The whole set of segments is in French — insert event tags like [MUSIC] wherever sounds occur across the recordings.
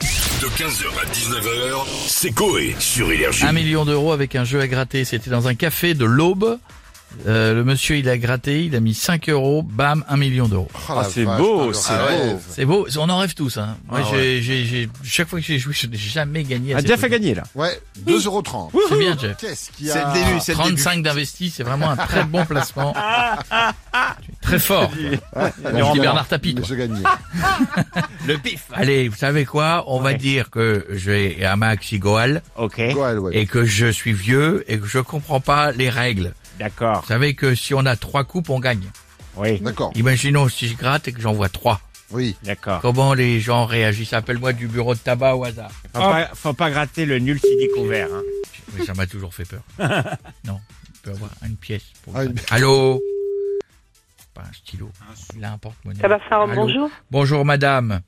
De 15h à 19h, c'est Coé sur Énergie. Un million d'euros avec un jeu à gratter. C'était dans un café de l'Aube. Euh, le monsieur, il a gratté, il a mis 5 euros, bam, un million d'euros. Ah, c'est beau, c'est beau. C'est beau, on en rêve tous. Hein. Moi, j'ai, j'ai- j'ai- chaque fois que j'ai joué, je n'ai jamais gagné. à Ah, ces Jeff a trucs. gagné là. Ouais, 2,30€. C'est bien, Jeff. Qu'est-ce qu'il y a C'est Ah, 35 d'investi, c'est vraiment un très bon [LAUGHS] placement. Tu es très fort. Mon petit Bernard Tapie. quoi. Je gagnais. Le pif. Allez, vous savez quoi On va dire que j'ai un max Goal Ok, Goal, ouais. et que je suis vieux et que je comprends pas les règles. d'accord. Vous savez que si on a trois coupes, on gagne. Oui, D'accord, Imaginons si je gratte et que j'en vois trois. oui. d'accord. Comment les gens réagissent Appelle-moi du bureau de tabac au hasard. Faut, pas, faut pas gratter le nul si découvert. Hein. Mais ça m'a toujours fait [LAUGHS] peur. Non, on peut avoir une pièce. Pour Ah, une- Allô Pas un stylo. Il a un porte-monnaie. Tabac Sarum, Allô bonjour. Bonjour madame.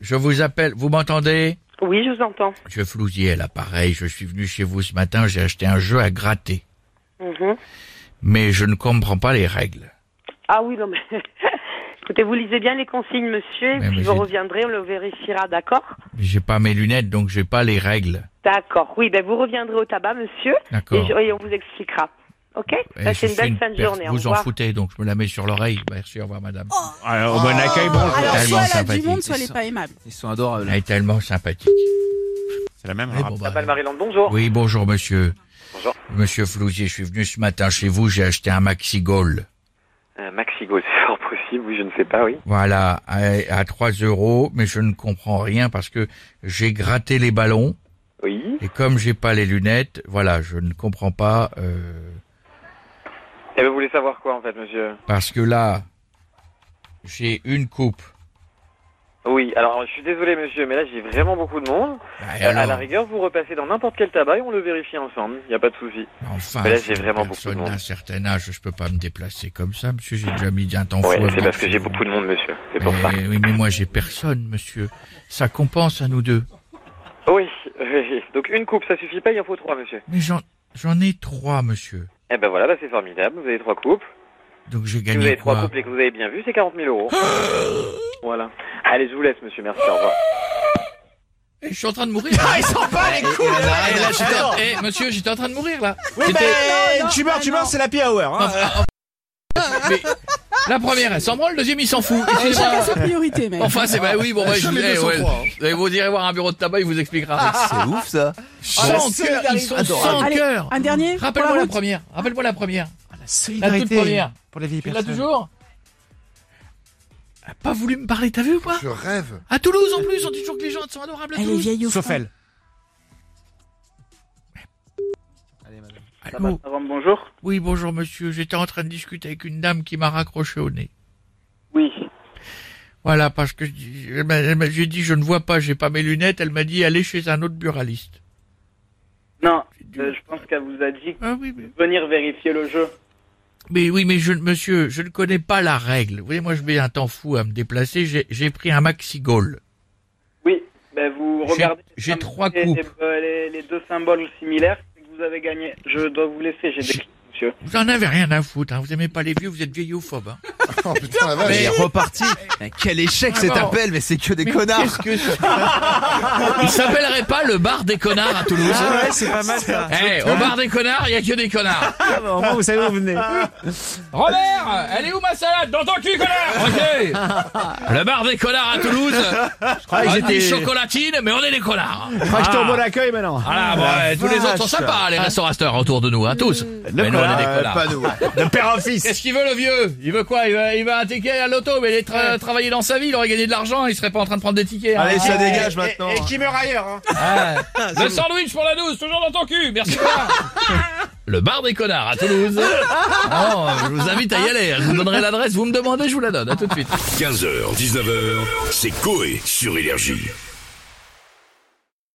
Je vous appelle. Vous m'entendez Oui, je vous entends. Je flousier à l'appareil. Je suis venu chez vous ce matin. J'ai acheté un jeu à gratter. Mhm. Mais je ne comprends pas les règles. Ah oui, non, mais. [LAUGHS] Écoutez, vous lisez bien les consignes, monsieur, et Mais puis mais vous j'ai- reviendrez, on le vérifiera, d'accord J'ai pas mes lunettes, donc j'ai pas les règles. D'accord, oui, ben vous reviendrez au tabac, monsieur, et, D'accord. je- et on vous expliquera. Ok Et je Passez une suis belle une fin de perte. journée, au Vous en revoir. foutez, donc je me la mets sur l'oreille. Merci, au revoir, madame. Alors, au bon accueil, bonjour. Alors, Tellement soit elle a du sympathique. monde, soit elle n'est pas aimable. Elle est tellement sympathique. C'est la même Ah, Oui, rap. bon, bah, Maryland, bonjour. oui, bonjour, monsieur. Bonjour. Monsieur Flousier, je suis venu ce matin chez vous, j'ai acheté un Maxi Goal. Euh, Maxigo, c'est fort possible, oui, je ne sais pas, oui. Voilà, à, à 3 euros, mais je ne comprends rien parce que j'ai gratté les ballons Oui. et comme j'ai pas les lunettes, voilà, je ne comprends pas euh, Eh ben, vous voulez savoir quoi, en fait, monsieur parce que là, j'ai une coupe. Oui, alors, je suis désolé, monsieur, mais là, j'ai vraiment beaucoup de monde. Ah, et Euh, À alors la rigueur, vous repassez dans n'importe quel tabac et on le vérifie ensemble, il n'y a pas de souci. Enfin, Mais là, je suis j'ai vraiment une beaucoup de personne monde. d'un certain âge, je peux pas me déplacer comme ça, monsieur. J'ai déjà mis un temps Ouais, fou. à c'est parce que marcher. j'ai beaucoup de monde, monsieur, c'est pour ça. Mais, Eh oui, mais moi j'ai personne, monsieur. Ça compense à nous deux. Oui, oui, donc une coupe, ça suffit pas, il en faut trois, monsieur. Mais j'en, j'en ai trois, monsieur. Eh ben voilà, bah, c'est formidable, vous avez trois couples. Donc j'ai Si vous avez gagné trois quoi couples et que vous avez bien vu, c'est 40 000 euros. voilà. Allez, je vous laisse, monsieur, merci, au revoir. Eh, Je suis en train de mourir. Ah, ils sont pas les couilles Eh, là, j'étais en- eh, monsieur, j'étais en train de mourir là. Oui, J'étais- mais Non, non, tu meurs, bah tu non. meurs, c'est la happy hour. Hein. Mais la première, elle s'en branle, le deuxième, il s'en fout. Ah, Chacun Ah, Excusez-moi. sa priorité, mec. Enfin, c'est bah oui, bon, bah, je vous, Jamais eh, 203, ouais. Eh, vous irez voir un bureau de tabac, il vous expliquera. Ah, Ah, C'est ouf ça. la sans cœur, ils sont sans Allez, cœur. Un dernier pour Rappelle-moi la la route. première. Rappelle-moi la première. la La toute première. pour les vieilles Tu l'as toujours Elle a Pas voulu me parler, t'as vu ou pas Je rêve. À Toulouse en plus, on dit toujours que les gens sont adorables à Elle est Toulouse. vieille au Sauf fond. elle. Ah Allô bah, bonjour. Oui, bonjour monsieur, j'étais en train de discuter avec une dame qui m'a raccroché au nez. Oui. Voilà, parce que je dis- elle m'a- elle m'a- j'ai dit je ne vois pas, j'ai pas mes lunettes, elle m'a dit allez chez un autre buraliste. Non, J'ai dit, je pense qu'elle vous a dit Ah oui, mais... venir vérifier le jeu. mais oui, mais je, monsieur, je ne connais pas la règle. Vous voyez, moi je mets un temps fou à me déplacer, j'ai j'ai pris un maxi goal. Oui, ben vous J'ai- regardez. les j'ai symboles trois et- coupes. et, euh, les, les deux symboles similaires c'est que vous avez gagné. Je dois vous laisser, J'ai- j'ai des clients, monsieur. Vous en avez rien à foutre, hein. vous aimez pas les vieux, vous êtes vieillophobe. Hein. Oh putain, la Mais vache. il est reparti. Mais Quel échec cet Vraiment. appel, mais c'est que des Mais connards. qu'est-ce que c'est [LAUGHS] Il s'appellerait pas le bar des connards à Toulouse Ah ouais, c'est pas mal ça. Eh, au bar des connards, il y a que des connards. Au moins, vous savez où vous venez. Robert, elle est où ma salade Dans ton cul, connard [LAUGHS] Ok Le bar des connards à Toulouse. Je crois que On est j'étais. des Je chocolatines, mais on est des connards. crois que j'étais Ah. au bon accueil maintenant. Voilà, bon, ouais, tous les autres sont vache. sympas, les restaurateurs autour de nous, hein, tous. mais nous, on est connard, des euh, connards. Pas nous. De père en fils. Qu'est-ce qu'il veut, le vieux Il veut quoi il veut, il veut un ticket à l'auto, mais il est tra- travaillé dans sa vie, il aurait gagné de l'argent, il serait pas en train de prendre des tickets. hein. Allez, Eh, ça dégage Et, maintenant. et qui meurt ailleurs. Hein. Ah, le sandwich pour la douce, toujours dans ton cul, merci Bernard. [LAUGHS] Le bar des connards à [LAUGHS] Toulouse. Oh, je vous invite à y aller, je vous donnerai l'adresse, vous me demandez, je vous la donne, à tout de suite. 15h, 19h, c'est Coé sur Énergie.